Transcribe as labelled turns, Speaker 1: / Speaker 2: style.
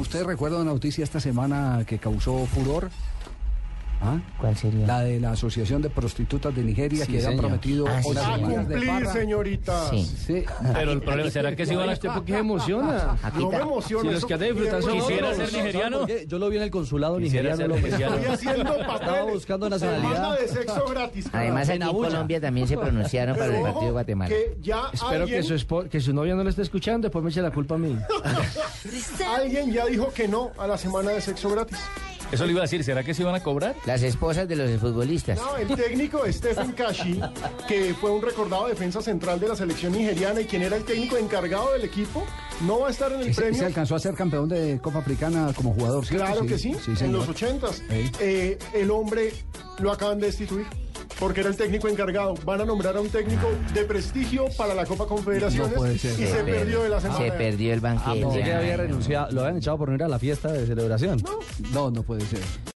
Speaker 1: ¿Usted recuerda una noticia esta semana que causó furor? ¿Ah?
Speaker 2: ¿Cuál sería?
Speaker 1: La de la Asociación de Prostitutas de Nigeria
Speaker 2: Sí,
Speaker 1: que habían
Speaker 2: señor.
Speaker 1: prometido
Speaker 2: Ah, sí,
Speaker 1: ocho
Speaker 2: señor.
Speaker 1: semanas de
Speaker 3: Cumplir,
Speaker 1: farra.
Speaker 3: señorita.
Speaker 2: Sí.
Speaker 1: Sí.
Speaker 4: Pero el problema será que si van a usted porque se emociona.
Speaker 2: Aquí
Speaker 3: No me
Speaker 2: está.
Speaker 4: Si
Speaker 3: emociona.
Speaker 4: los
Speaker 3: eso-
Speaker 4: que han de disfrutar son
Speaker 3: Quisiera
Speaker 4: otros.
Speaker 3: ser nigeriano.
Speaker 4: ¿Sabe por qué?
Speaker 5: Yo lo vi en el consulado
Speaker 4: Quisiera
Speaker 5: nigeriano.
Speaker 4: ser nigeriano.
Speaker 3: Estoy haciendo papeles.
Speaker 5: buscando nacionalidad.
Speaker 3: Demanda de sexo gratis.
Speaker 2: Además, aquí en
Speaker 5: Penabucha.
Speaker 2: Colombia también se pronunciaron para el
Speaker 3: Pero
Speaker 2: partido de
Speaker 3: ojo,
Speaker 2: Guatemala.
Speaker 3: que ya
Speaker 4: Espero que
Speaker 3: alguien,
Speaker 4: su, espo- que su novia no le esté escuchando, después me eche la culpa a mí.
Speaker 3: alguien ya dijo que no a la semana de sexo gratis.
Speaker 4: Eso le iba a decir, ¿será que se iban a cobrar?
Speaker 2: Las esposas de los futbolistas.
Speaker 3: No, el técnico Stephen Kashi, que fue un recordado defensa central de la selección nigeriana y quien era el técnico encargado del equipo, no va a estar en el
Speaker 1: Ese- Se
Speaker 3: premio.
Speaker 1: alcanzó a ser campeón de Copa Africana como jugador, ¿cierto?
Speaker 3: Claro que sí, en
Speaker 1: señor.
Speaker 3: los ochentas.
Speaker 1: Ey.
Speaker 3: Eh, el hombre lo acaban de destituir porque era el técnico encargado. Van a nombrar a un técnico de prestigio para la Copa Confederaciones
Speaker 1: No puede ser,
Speaker 3: y se
Speaker 2: per-
Speaker 3: perdió de la semana.
Speaker 2: se perdió el banquete.
Speaker 5: Pensé
Speaker 2: Ay,
Speaker 5: que había
Speaker 2: no.
Speaker 5: renunciado. Lo habían echado por no ir a la fiesta de celebración.
Speaker 1: No, no puede ser.